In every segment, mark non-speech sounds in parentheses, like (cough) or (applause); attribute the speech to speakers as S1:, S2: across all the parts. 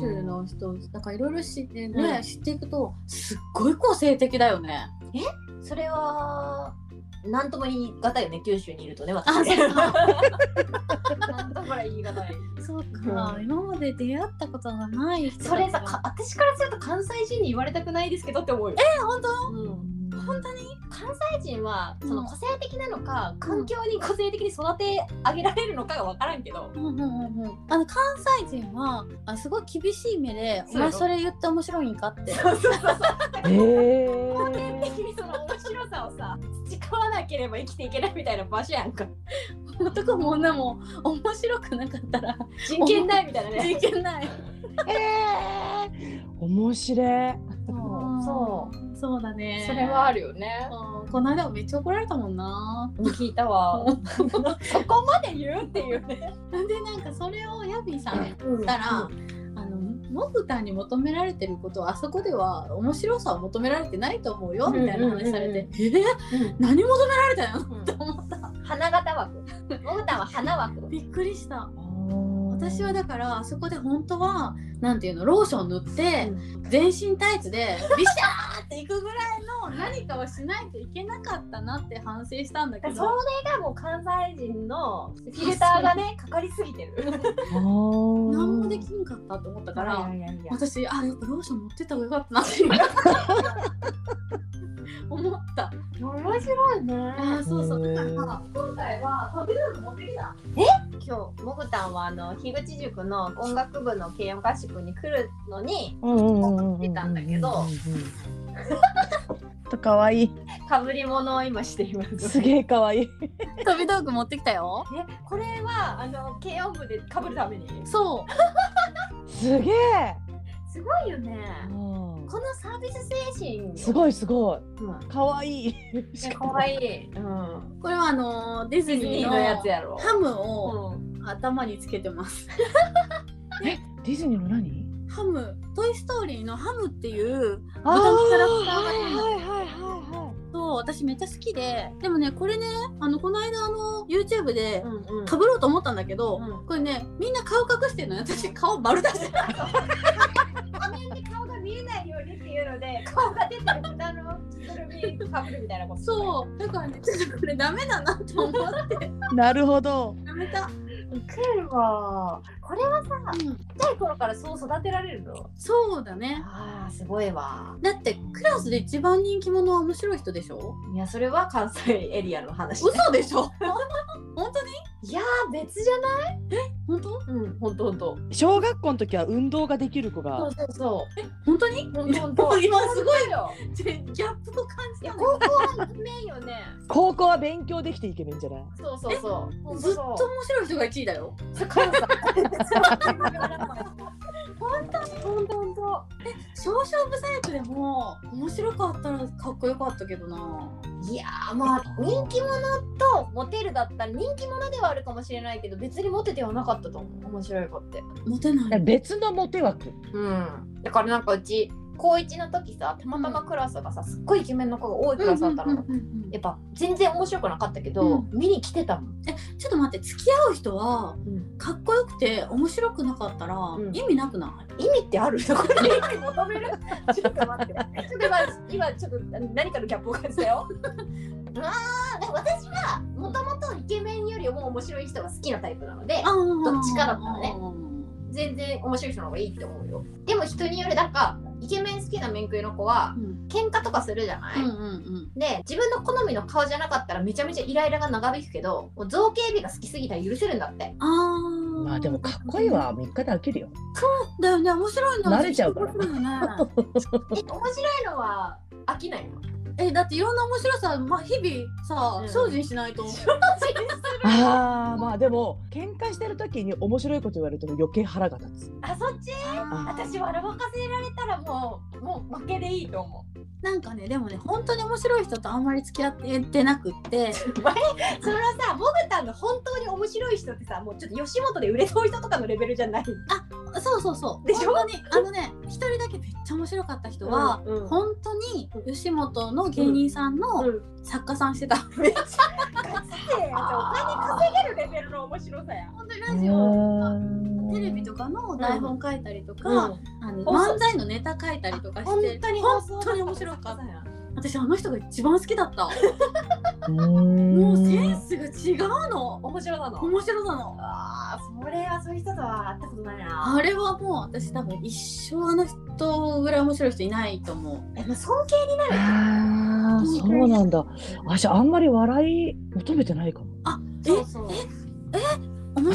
S1: 州の人だからいろいろ知ってね、知っていくとすっごい個性的だよね。
S2: それはなんとも言い難いよね九州にいるとね
S1: あ
S2: 私
S1: そうか
S2: なんとも言い難い
S1: そうか、今まで出会ったことがない人だ
S2: そ
S1: から
S2: れさか私からすると関西人に言われたくないですけどって思うよ
S1: え本当
S2: うん
S1: 本当に
S2: 関西人は
S1: うん
S2: その個性的なのか、環境に個性的に育て上げられるのかが分からんけど、
S1: うんうんうんうん、あの関西人はあすごい厳しい目で「
S2: そう
S1: お前それ言って面白いんか?」って
S2: そうそうそう
S3: ええ
S2: 後天的にその面白さをさ培わなければ生きていけないみたいな場所やんか
S1: 男も女も面白くなかったら
S2: 人権ないみたいなね
S1: いけない
S3: ええ面白い。
S2: んそう
S1: そうだね
S2: るよね
S1: うんこの間もめっちゃ怒られたもんな
S2: 聞いたわ (laughs) そこまで言うっていうね、
S1: でなんかそれをヤビーさんに
S2: う
S1: たらあのモグタに求められてることはあそこでは面白さを求められてないと思うよ
S2: うん
S1: みたいな話されて、
S2: うん
S1: えー何求められたの
S2: うん
S1: と思った
S2: 花形枠モグタンは花枠
S1: (laughs) びっくりした私
S3: 私
S1: はだからあそこで本当はなんていうのローション塗って、
S2: う
S1: 全身タイツでビシャーっていくぐらいの何かをしないといけなかったなって反省したんだけ
S2: それ
S1: ど
S2: がもう関西人のフィルターが (laughs) ねかかりすぎてる
S1: 何
S3: 何
S1: もできんかったと思ったから、
S2: いやいやいや
S1: 私あやっぱローション持ってった方がよかったなって (laughs) 思った
S2: 面白いね
S1: あーそうそう
S3: へー
S1: だからまあ今回は食べ物持ってきた
S2: 今日もぐたんはあの樋口塾の音楽部の軽音合宿に来るのに
S3: 思
S2: ってたんだけど。
S3: と可愛い。
S2: かぶり物を今しています
S3: すげえ可愛い。
S1: 飛び道具持ってきたよ
S2: えこれはあの軽音部でかぶるために
S1: そ
S3: すげえ。
S2: すごいよね
S3: うん
S2: このサービス精神
S3: すごいすごい。
S2: うん
S3: 可愛い。
S2: いや可愛い、うん、
S1: うこれはあのーディズ
S2: ディズニ
S1: ニー
S2: ー
S1: の
S2: のやつやろ、
S1: ハム
S2: う
S1: を
S2: ん
S1: 頭につけてます
S3: ディズニーの何？
S1: ハムトイ・ストーリーのハムっていう
S3: 豚のキャラクターがいいんだ
S1: そう私めっちゃ好きででもねこれねあのこの間あの YouTube で
S2: うんうん
S1: かぶろうと思ったんだけど、
S2: うん
S1: これねみんな顔隠してるのよ私顔丸出し
S2: 画面で顔が見えないようにっていうので顔が出てる豚のくるみかぶるみたいなこと
S1: そうだからねちょっとこれダメだなと思って
S3: なるほど。
S1: やめた、
S2: う来るわこれはちっちゃい頃からそう育てられるの
S1: そうだね
S2: あーすごいわ
S1: だってクラスで一番人気者は面白い人でしょ
S2: いやそれは関西エリアの話
S1: 嘘でしょ (laughs) 本当に
S2: いやー別じゃな
S1: 本当
S2: いうんほんとほんと
S3: 小学校の時は運動ができる
S2: そ
S3: 子
S2: う
S3: が。
S2: そうそ
S1: 本当に
S2: うほんとほんと
S1: 今すご
S2: いよ
S1: ギャップを感じ
S2: いや
S1: たの
S2: 高校は運命よね
S3: 高校は勉強できてイケメンじゃない。
S2: そうそうそうほん
S1: ずっと
S2: そう
S1: 面白い人が1位だよ
S2: 関西本当に本当本当
S1: 少々不細工でも面白かったらかっこよかったけどない
S2: やーまあ人気者とモテるだったら人気者ではあるかもしれないけど別にモテてはなかったと思う面白い子って
S1: モテない
S3: 別のモテ枠。
S2: うんだからなんかうち高1の時さたまたまクラスがさすっごいイケメンの子が多いクラスだったの、
S1: うんうんうんうん
S2: やっぱ全然面白くなかったけど、
S1: うん
S2: 見に来てたもん、
S1: ちょっと待って付き合う人はかっこよくて面白くなかったら
S2: ん
S1: 意味なくな
S2: (laughs)
S1: い、
S2: 意味ってあるこれ意味求 (laughs) めるちょっと待ってちょっと今今ちょっと何かのギャップを感じたよ (laughs) うわーでも私はもともとイケメンよりも面白い人が好きなタイプなので
S1: あー
S2: どっちかだったらね全然面白い人の方がいいって思うよでも人によるなんかイケメン好きな面食いの子は
S1: うんうん
S2: 喧嘩とかするじゃない、
S1: うんうん
S2: で自分の好みの顔じゃなかったらめちゃめちゃイライラが長引くけどもう造形美が好きすぎたら許せるんだって
S1: あー
S3: まあでもかっこいいは三日で飽きるよ。
S1: だよね面白いのは
S3: 慣れちゃうから
S1: 面白い
S3: (laughs)
S1: よね
S2: え面白いのは飽きないの
S1: えだっていろんな面白さ、まあ、日々さ、
S2: うん
S1: 精進し
S3: (laughs)
S1: ないと
S3: ああまあでも喧嘩してる時に面白いこと言われると余計腹が立つ。
S2: (laughs) あそっち私笑わかせられたらもうもう負けでいいと思
S1: なんかねでもね本当に面白い人とあんまり付き合ってなくって
S2: う前それはさモグタンの本当に面白い人ってさもうちょっと吉本で売れそう人とかのレベルじゃない
S1: そうそうそう
S2: でしょ
S1: 本当にあのね一人だけめっちゃ面白かった人は、
S2: うんうん
S1: 本当に吉本の芸人さんの
S2: ん
S1: 作家さんしてた、
S2: めっちゃガチでお金稼げるレベルの面白さや
S1: 本当にラジオ
S3: うーん
S1: テレビとかの台本書いたりとか、
S2: うん
S1: あの
S2: 放送
S1: 漫才のネタ書いたりとかして
S2: 本当に
S1: 本当に面白かった
S2: た
S1: 私あの人が一番好きだったも
S3: も
S1: うセンスが違うの
S2: 面白なの
S1: 面白なの
S2: あーそれはそういう人とは会ったことないな
S1: あれはもう私多分一生あの人ぐらい面白い人いないと思う
S2: えまあ尊敬になる
S3: あーそうなんだ。私あんまり笑い求めてないかも。
S2: そうそう
S1: 面白い (laughs)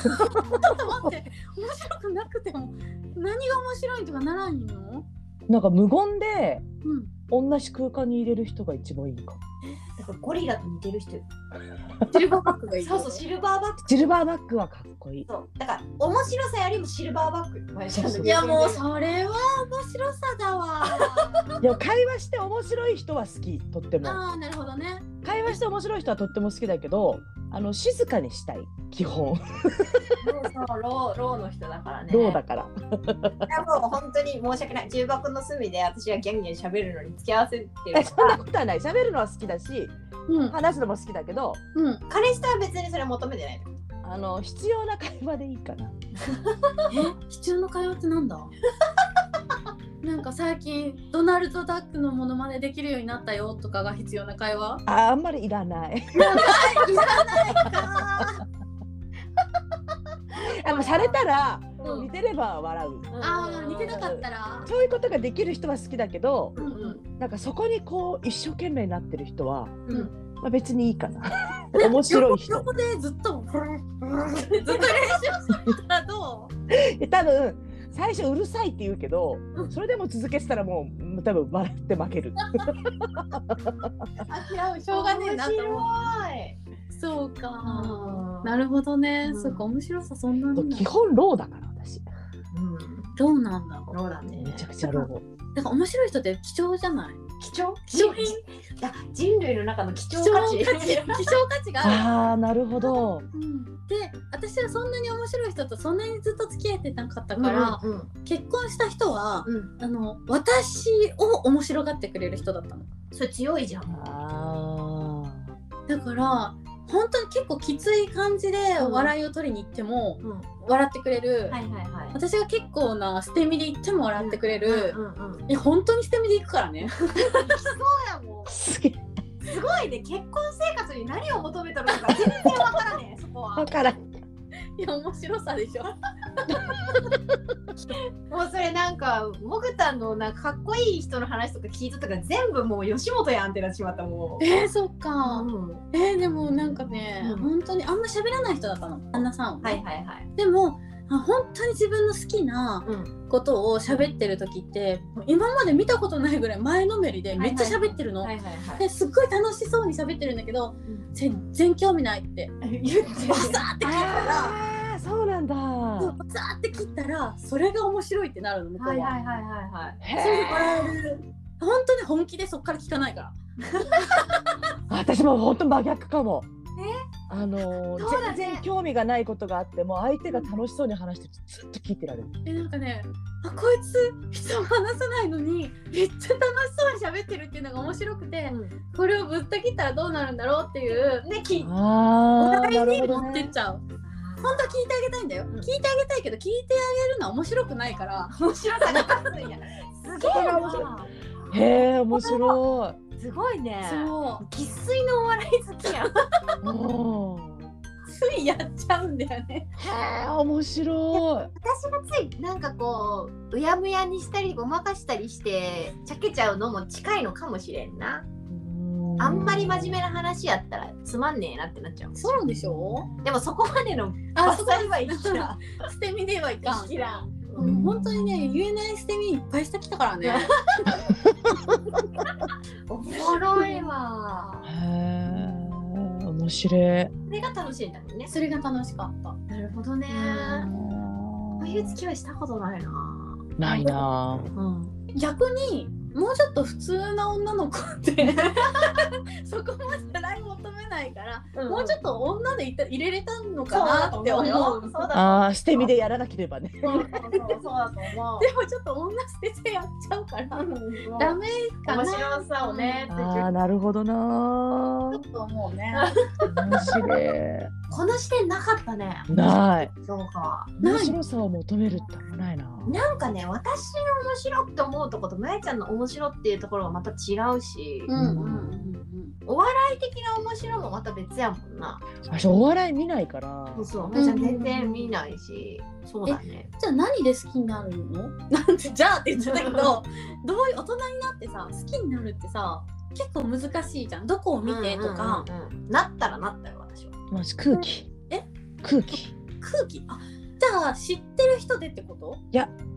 S1: ちょっと待って面白くなくても何が面白いとかならんの
S3: なんか無言で
S1: うん
S3: 同じ空間に入れる人が一番いいかも。
S2: だからゴリラと似てる人
S1: シルバーバックがいい
S2: そうそうシルバーバック
S3: シルバーバックはかっこいい。
S2: そうだから面白さよりもシルバーバック
S3: そうそう
S1: いやもうそれは面白さだ (laughs) わ
S3: いや会話して面白い人は好きとっても。
S1: ああなるほどね
S3: 会話して面白い人はとっても好きだけどあの静かにしたい基本
S2: もう (laughs) そうローローの人だからね
S3: ローだから。
S2: いやもう本当に申し訳ない重箱の隅で私はギャンギャン喋るのに付き合わせてる
S3: え (laughs) そんなことはない喋るのは好きだし
S1: うん
S3: 話すのも好きだけど
S1: うん
S2: (laughs) 彼氏とは別にそれ求めてないの
S3: あの必要な会話でいいかな。
S1: え必要な会話ってなんだ (laughs) なんか最近ドナルド・ダックのモノマネできるようになったよとかが必要な会話
S3: あ (laughs) あんまりいらない。あのされたら、
S2: うん
S3: 似てれば笑う。
S1: ああ似てなかったら
S3: そういうことができる人は好きだけど、
S1: うんうん
S3: なんかそこにこう一生懸命になってる人は、
S2: うん
S3: まあ別にいいか (laughs) な。面白い人。
S1: 横でずっとブルンブルンってずっと練習してたらどう
S3: で多分最初うるさいって言うけど、それでも続けてたらもううん多分笑って負ける。
S1: 諦めしょうがねえなと思うそうかな
S2: る
S1: るほどね、
S2: うん
S1: そっか面白さそんなの
S3: 基本ローだから私。
S1: どうなんだろ
S2: そうだね
S3: めちゃくちゃロー。
S1: うだから面白い人って貴重じゃない
S2: 貴重
S1: 貴重品
S2: いや人類の中の貴
S1: 貴
S2: 重価値
S1: 重価
S2: (laughs)
S1: 値希少価値がある
S3: ああなるほど。
S1: うんで私はそんなに面白い人とそんなにずっと付き合ってなかった
S2: だ
S1: か
S2: からら、、うん
S1: 結婚した人は、
S2: うん、
S1: あの私を面白がってくれる人だったの
S2: それ強いじゃん
S3: ああ。
S1: だから本当に結構きつい感じで
S2: うん
S1: 笑いを取りに行っても
S2: うん、は
S1: 笑ってくれる、
S2: いはいは
S1: 私が結構な捨て身で行っても笑ってくれ
S2: い
S1: る、
S2: うんうんうん、
S1: え本当に捨て身で行くか
S2: (laughs)
S1: らね
S2: そうやもん
S3: すげえ。
S2: すごいね結婚生活に何を求めたのか全然わからねえそこは
S3: わからん。
S1: いや面白さでしょ
S2: もうそれなんかもぐたんのなんかかっこいい人の話とか聞いとったから全部もう吉本やんってなっちまったもう。
S1: えー、そっか、
S2: うんは
S1: えーでもなんかね、
S2: うん
S1: 本当にあんま喋らない人だったの旦那さんはね、
S2: いはいはい。
S1: でもあ本当に自分の好きな
S2: うん
S1: ことを喋ってる時ってもう今まで見たことないぐらい前のめりでめっちゃ喋ってるの、
S2: はいはいはい。
S1: ですっごい楽しそうに喋ってるんだけど
S2: うん
S1: 全然興味ないって
S2: (laughs) 言って
S1: バサーって切ったら
S3: ああそうなんだ。
S1: そうバサーって切ったらそれが面白いってなるの向こうは、
S2: はいはいはいはいはい。
S3: へ
S1: それで
S3: え。
S1: 笑える本当に本気でそっから聞かないから
S3: 私も本当真逆かも。あのー
S2: そうだね
S3: 全然興味がないことがあっても相手が楽しそうに話しててずっと聞いてられる。
S1: えなんかねあこいつ人も話さないのにめっちゃ楽しそうに喋ってるっていうのが面白くてこれをぶった切ったらどうなるんだろうっていう
S2: ねき。
S3: ああなるほど
S1: 持ってっ
S3: ね。
S1: ちゃう本当は聞いてあげたいんだよ、
S2: ん
S1: 聞いてあげたいけど聞いてあげるのは面白くないから
S2: 面白さが勝つんや。すげえな。
S3: へえ面白
S2: すごいね。
S1: そ
S2: 生粋のお笑い好きやん。
S3: い。おー
S1: うついやっちゃうんだよね
S3: へえ面白い。
S2: 私がついなんかこううやむやにしたりごまかしたりしてちゃけちゃうのも近いのかもしれんなあんまり真面目な話やったらつまんねえなってなっちゃう
S1: そうでしょ
S2: でもそこまでのバ
S1: あそ
S2: ッ
S1: こ
S2: サリは生きら
S1: 捨て身ではいかん
S2: 生きら
S1: うんん本当にね言えない捨て身いっぱいしてきたから (laughs) ね
S2: おもろいわ
S3: へえ面白い。
S2: それが楽しいんだもんね
S1: それが楽しかった
S2: なるほどねこういう付き合いしたことないな
S3: ないなぁ。
S2: うん
S1: 逆にもうちょっと普通な女の子って (laughs) そこまで笑い求めないから、もうちょ
S2: っ
S1: っと女でいた入れれたの
S2: と
S1: かなって思う
S2: よそうだ
S3: ああ捨て身でやらなければね。
S2: と思うそうだと思う
S1: でもちょっと女捨ててやっちゃうからダメかな
S2: 面白さをね
S3: (laughs) ああなるほどなぁ。
S1: ちょっと思うね。
S3: 面白い。
S2: この視点なかったね
S3: ない
S2: そうか
S1: ない
S3: 面白さを求めるってあんまないな
S2: なんかね私の面白って思うとことまやちゃんの面白っていうところはまた違うし、
S1: うんうんうん
S2: お笑い的な面白もまた別やもんな
S3: 私お笑い見ないから
S2: そうそうまやちゃん全然見ないし、そうだね
S1: じゃあ何で好きになるのなんてじゃあって言っちゃ (laughs) ったけどどういう大人になってさ好きになるってさ結構難しいじゃんどこを見てとか、
S2: うんうんうんうんなったらなったよ私は
S3: まず空気
S1: え
S3: 空気
S1: 空気あじゃあ知ってる人でってこと、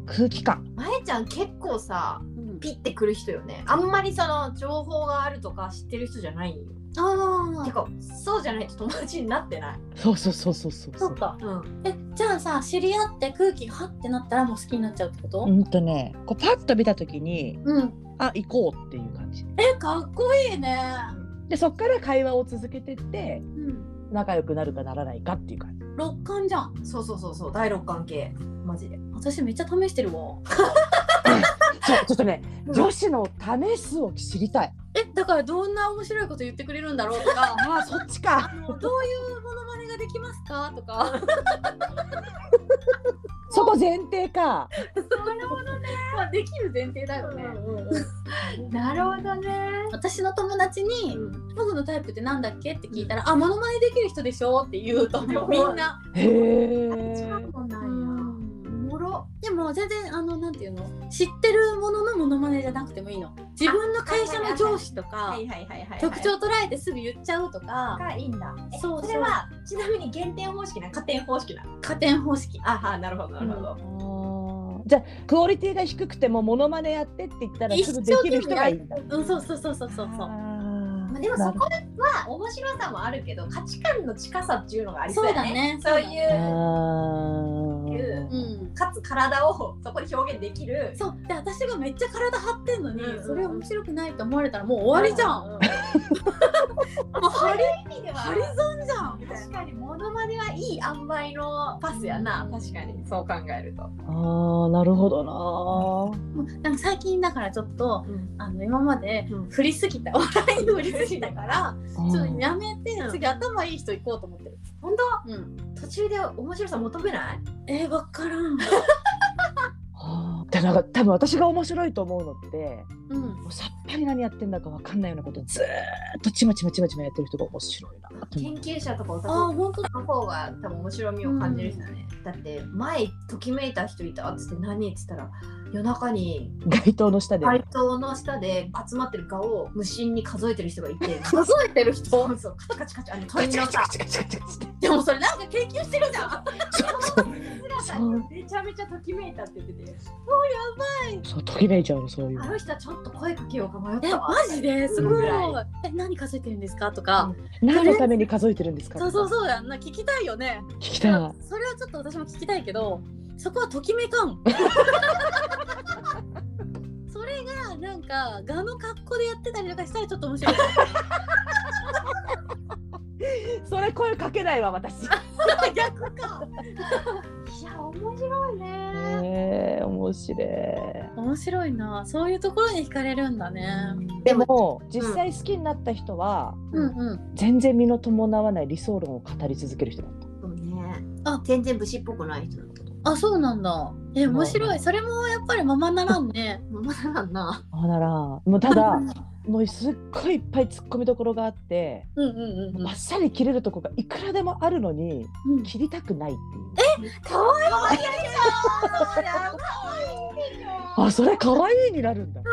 S3: 空気感
S2: まやちゃん結構さ
S1: うん
S2: ピッてくる人よねあんまりその情報があるとか知ってる人じゃないよ
S1: あ
S2: て
S1: あ
S2: かそうじゃないと友達になってない
S3: そうそうそうそうそう
S1: そっか
S2: うん
S1: えじゃあさ知り合って空気がはってなったらもう好きになっちゃうってこと
S3: う、んとねこうパッと見た時に
S1: うん
S3: あ行こうっていう感じ
S1: えかっこいいね、
S3: でそっから会話を続けてっ
S1: う
S3: て
S1: ん、
S3: 仲良くなるかならないかっていう感じ
S1: 六感じゃん
S2: そうそうそうそう第六関係マジで
S1: 私めっちゃ試してるわ
S3: そうちょっとね
S2: うん
S3: 女子の試すを知りたい
S1: えだからどんな面白いこと言ってくれるんだろうと (laughs) か
S3: ああそっちか
S1: あのどういうモノマネができますかとか
S3: そこ前提か
S1: なるほどね。まあできる前提だよね。
S2: なるほどね。
S1: 私の友達に僕のタイプってなんだっけって聞いたら、あモノマネできる人でしょって言うと
S2: うん
S1: みんな。
S3: へえ
S2: そうな
S1: うん
S2: や。お
S1: ん
S2: もろ。
S1: でも全然あのなんていうの知ってるもののモノマネじゃなくてもいいの。自分の会社の上司とか
S2: はいはいはいはい。
S1: 特徴捉えてすぐ言っちゃうとか
S2: がいいんだ。え
S1: そうそう
S2: それはちなみに減点方式な加点方式な。
S1: 加点方式。
S2: あはなるほどなるほど。
S3: じゃあクオリティが低くてもモノマネやってって言ったらすぐできる人がいいんだ
S1: うんそうそうそうそうそうそう。
S2: まあでもそこは面白さもあるけど価値観の近さっていうのがありそう
S1: そう
S2: や
S1: だ
S2: ね。
S1: ね。
S2: そう
S1: う。
S2: いう
S1: うん。
S2: かつ体をそこで表現できる。
S1: そうで私がめっちゃ体張ってんのに、
S2: うんうん
S1: それ面白くないと思われたらもう終わりじゃん。
S2: う。
S1: (laughs) もう張り
S2: 意味では
S1: ハリゾンじゃんみたいな
S2: 確。かにモノマネはいい塩梅のパスやな。確かにそう考えると。
S3: ああなるほど
S1: うんなんか最近だからちょっとあの今まで
S2: うん
S1: 振りすぎたお笑いの振りすぎたから
S3: な
S1: ちょっとやめて
S2: うん
S1: 次頭いい人行こうと思ってる。
S2: 本当
S1: うん。
S2: 途中で面白さ求めない？
S1: えー、わからん。
S3: あーでなんか多分私が面白いと思うのって
S1: うん。
S3: もうさっぱり何やってんだかわかんないようなことずーっとちまちまちまちまやってる人が面白いなと思
S2: 研
S3: う
S2: 究者とかお
S1: (laughs) あ
S2: 宅
S1: ー本当だ。
S2: の方が多分面白みを感じる人だね、だって前ときめいた人いたっつって何っつったら夜中に
S3: 街灯の下で
S2: 街灯の下で集まってる顔を無心に数えてる人がい
S1: (laughs)
S2: て
S1: 数えてる
S2: そ
S1: 人。
S2: うそうカチカチカチあの
S3: ガ
S2: 鳥
S3: チ
S2: の
S3: ガチ
S2: さ
S3: ガチガチガチガチって
S1: (laughs) でもそれなんか研究してるじゃん。
S3: そうそうそう
S2: めちゃめちゃときめいたって言ってて
S3: そうときめいちゃうのそういう
S2: あ
S3: の
S2: の人はちょっと声かけようか迷っ
S1: え
S2: たわ
S1: マジですごい
S2: ぐら。
S1: え何数えてるんですかとか。
S3: 何のために数えてるんですか
S1: そうそうそうやんな聞きたいよね。
S3: 聞きたい
S1: それはちょっと私も聞きたいけどそこはときめか (laughs) んそれがなんか蛾の格好でやってたりとかしたらちょっと面白い
S3: それ声かけないわ私
S1: 逆か
S2: いや面白いね
S3: えー、面白い
S1: 面白いなそういうところに惹かれるんだね
S3: でも実際好きになった人は、
S1: うんうん
S3: 全然身の伴わない理想論を語り続ける人だった
S2: そうね
S1: あ
S2: 全然武士っぽくない人のこと
S1: あそうなんだえ面白いそれもやっぱりままならんね
S2: まだなんな
S3: あならもうただもうすっごいいっぱい突っ込みどころがあって
S1: うんうんうん
S3: まっさり切れるとこがいくらでもあるのに
S1: うん
S3: 切りたくないっていう
S1: かわいい
S2: 可愛いじゃん可愛いよ
S3: あそれ可愛いになるんだ
S2: 可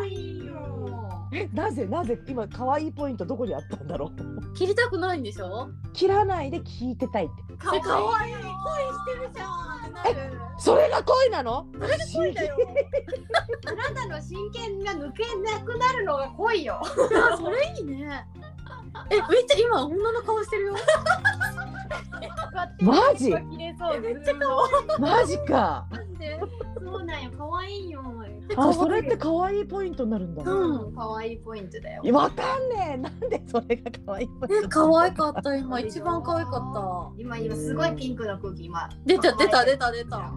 S2: 愛いよ
S3: えなぜなぜ今可愛いポイントどこにあったんだろう
S1: 切りたくないんでしょ
S3: 切らないで聞いてたいって
S2: かわいい
S1: かわ
S2: い恋してるじゃんなる
S3: それが恋なのそれ
S2: 恋
S3: が
S2: だよあなたの真剣が抜けなくなるのが恋よ
S1: (laughs) あそれいいね (laughs) えめっちゃ今女の顔してるよ
S3: マジ
S2: 切れそう
S1: めっちゃ
S2: 可愛い
S3: マジか
S1: マジで
S2: そうなんよ可愛いよ
S3: あそれって可愛いポイントになるんだな、
S1: うん
S2: 可愛いポイントだよ
S3: いやわかんねえなんでそれが可愛いポイン
S1: え
S3: ト
S1: 可愛かった今一番可愛かっ
S2: 今今すごいピンクの空気今
S1: た出た出た出た出た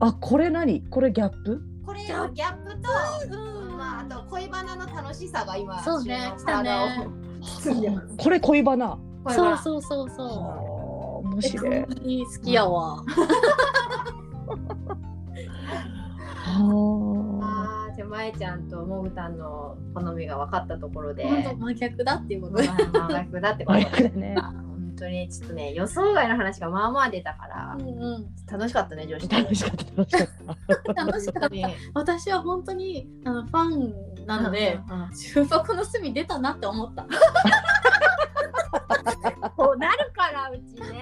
S3: あこれ何これギャップ
S2: これギ
S1: ギ
S2: ャ
S1: ャ
S2: ップと
S1: うん
S2: まああと恋バナの楽しさが今
S1: そうね
S2: 体を包んでます
S3: これ恋バナ
S1: そうそうそうそう
S3: マジで。
S1: いい好きやわ。
S3: は
S2: あーじゃあまえちゃんともぐたんの好みが分かったところで
S1: 本当真逆だっていうこと。
S2: まあまあ楽だってこ
S3: あ。
S2: と
S3: 真
S2: だ
S3: 逆だね。
S2: 本当にちょっとね予想外の話がまあまあ出たから
S1: うんうん
S2: 楽しかったね女子
S3: 楽しかった楽しかった。
S1: 楽しかった。私は本当にあのファンなので、
S2: うんうんうん
S1: 中箱の隅出たなって思った。
S2: こうなるからうちね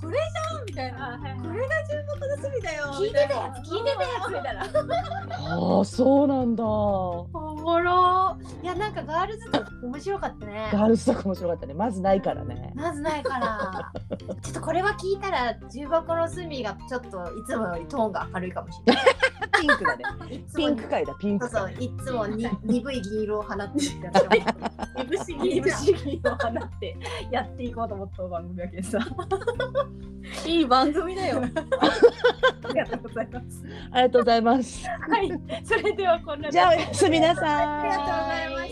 S1: これじゃんみたいな。これが中箱の隅だよ。
S2: 聞いてたやつ聞いてたやつみたいな
S3: ああそうなんだ。
S2: おもろいやなんかガールズと面白かったね
S3: ガールズとか面白かったね。まずないからね。
S2: まずないから (laughs) ちょっとこれは聞いたら重箱の隅がちょっといつもよりトーンが明るいかもしれな
S3: ピンクだね。
S2: いいつ
S3: (laughs) ピ
S2: も
S3: ンク界だピン
S2: そう
S3: ク
S2: そう
S3: 界。
S2: いつもに鈍い銀色を放ってやってます
S1: いぶし
S2: い
S1: ぎ
S2: ぶ
S1: じ
S2: し銀を放ってやっていこうと思った番組だけどさ
S1: ゃん。いい番組だ
S2: あ
S1: よ。
S2: りがとうございます
S3: ありがとうございます。
S2: はいそれではこんな
S3: じゃあおやすみなさい。
S2: ありがとうございました